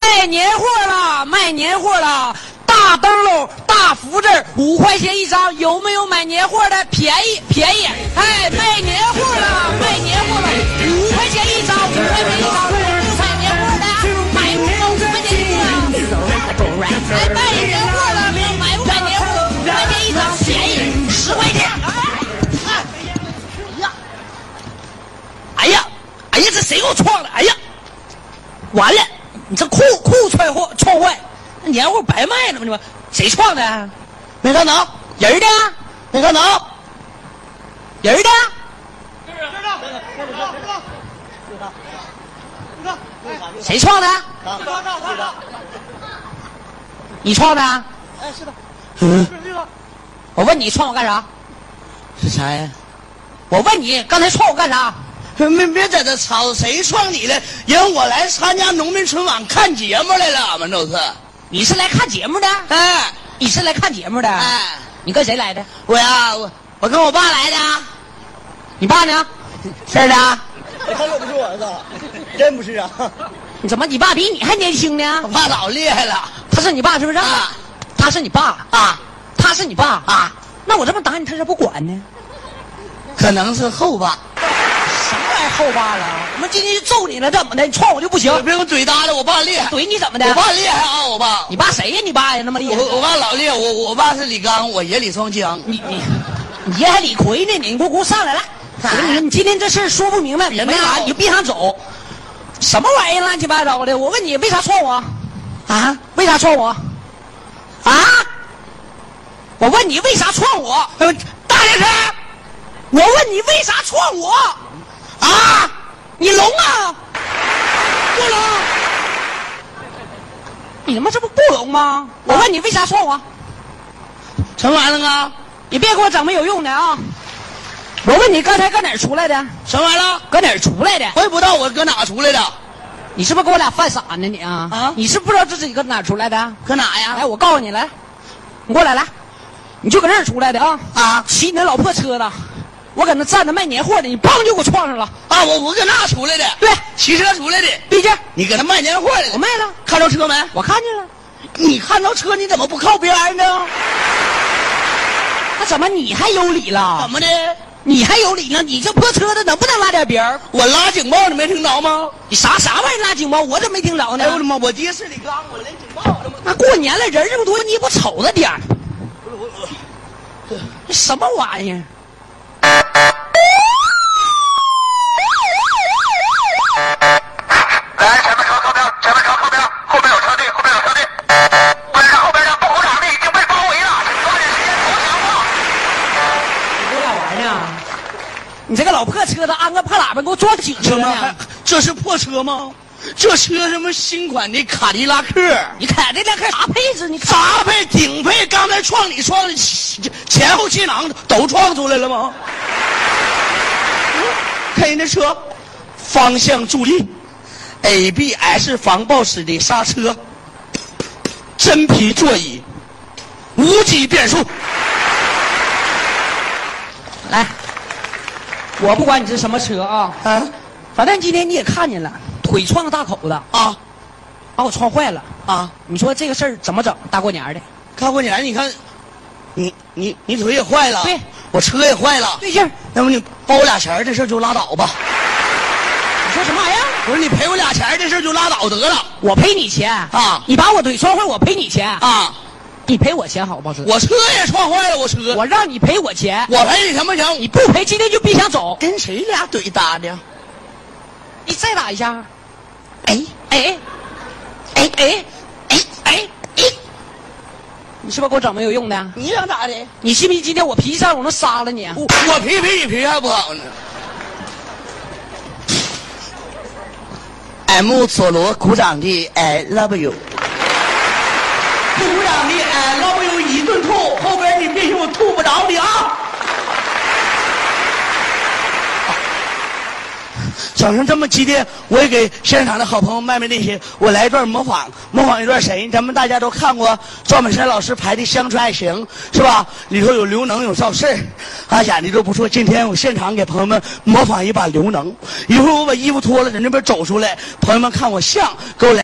卖年货啦，卖年货啦！大灯笼、大福字儿五块钱一张，有没有买年货的？便宜，便宜！哎，卖年货啦，卖年货啦，五块钱一张，五块钱一张，买年货的买不买五块钱一张？哎，卖年货了，买不买年货？五块钱一张，便宜，十块钱。哎呀，哎呀，这谁给我撞的？哎呀，完了，你这裤裤踹坏撞坏，那年货白卖了吗？你们谁撞的啊？没看着人儿的啊，没看着人儿的啊，谁撞的啊？你撞的啊？哎，是的，嗯，是绿的，我问你撞我干啥？是啥呀？我问你刚才撞我干啥？别别在这吵，谁撞你的？人我来参加农民春晚看节目来了，俺们都是。你是来看节目的？哎你是来看节目的？哎，你跟谁来的？我呀，我我跟我爸来的。你爸呢？这儿的？他可不是我儿子，真不是啊！你怎么你爸比你还年轻我呢？爸老厉害了他是你爸是不是？啊他是你爸，啊！他是你爸啊！那我这么打你，他咋不管呢？可能是后爸。什么玩意儿后爸了？我们今天就揍你了，怎么的？你撞我就不行？别给我怼搭了，我爸厉害。怼你怎么的？我爸厉害啊，我爸。你爸谁呀？你爸呀，那么厉害？我我爸老厉害，我我爸是李刚，我爷李双江。你你你爷还李逵呢？你给我给我上来来！我跟你说，你今天这事儿说不明白，没别闹完，你就别想走。什么玩意儿乱七八糟的？我问你，为啥撞我？啊？为啥撞我？啊？我问你为啥撞我？呃大点声！我问你为啥撞我？啊？你聋啊？不聋？你他妈这不不聋吗？我问你为啥撞我？什么玩意儿啊？你别给我整没有用的啊！我问你，刚才搁哪儿出来的？什么玩意儿？搁哪儿出来的？我也不知道我搁哪出来的，你是不是跟我俩犯傻呢？你啊啊你是不知道这自己搁哪儿出来的？搁哪呀？来，我告诉你，来，你过来，来，你就搁这儿出来的啊！啊骑你那老破车子，我搁那站着卖年货的，你砰就给我撞上了。啊，我我搁那出来的，对，骑车出来的。对劲儿，你搁那卖年货来我了？卖了，看着车没？我看见了。你看着车，你怎么不靠边儿呢？那怎么你还有理怎了？么的？你还有理呢？你这破车子能不能拉点边儿？我拉警报，你没听着吗？你啥啥玩意儿拉警报？我怎么没听着呢？哎呦我的妈！我爹是李刚，我连警报我都没。那过年了，人这么多，你也不瞅着点儿？这什么玩意儿？来，前面车靠边，前面车靠边，后面有车队，后面有车队。晚上后边的不鼓掌的已经被包围了，请抓紧时间投降吧。你俩玩呢？你这个老破车子，安个破喇叭，给我撞警车什么？还呢？这是破车吗？这车什么新款的卡迪拉克？你看这辆车啥配置？你看杂配、顶配，刚才撞你撞的前后气囊都撞出来了吗？嗯看人家车，方向助力，ABS 防抱式的刹车，真皮座椅，无级变速。来，我不管你是什么车啊，啊反正今天你也看见了，腿撞大口子，啊把我撞坏了。啊！你说这个事儿怎么整？大过年的，大过年你看，你你你腿也坏了，对我车也坏了，对劲儿。要不你包我俩钱儿这事儿就拉倒吧。你说什么玩意儿？我说你赔我俩钱儿这事儿就拉倒得了我赔你钱啊你把我腿撞坏，我赔你钱啊！啊！你赔我钱好不好？我车也撞坏了，我车，我让你赔我钱，我赔你什么钱？你你不赔今天就别想走。跟谁俩怼搭的？你再打一下，哎哎，哎哎哎哎哎！你是不是给我整没有用的？你想咋的？你信不信今天我脾气上来我能杀了你？啊我我脾气比你脾气还不好呢。M 哎佐罗鼓掌的 I love you，鼓掌的 I love you 一顿吐，后边你别寻我吐不着你啊！掌声这么激烈，我也给现场的好朋友卖卖力气。我来一段模仿，模仿一段谁？咱们大家都看过赵本山老师拍的《乡村爱情》，是吧？里头有刘能，有赵四，啊，演的都不错。今天我现场给朋友们模仿一把刘能。一会儿我把衣服脱了，在那边走出来，朋友们看我像，给我来。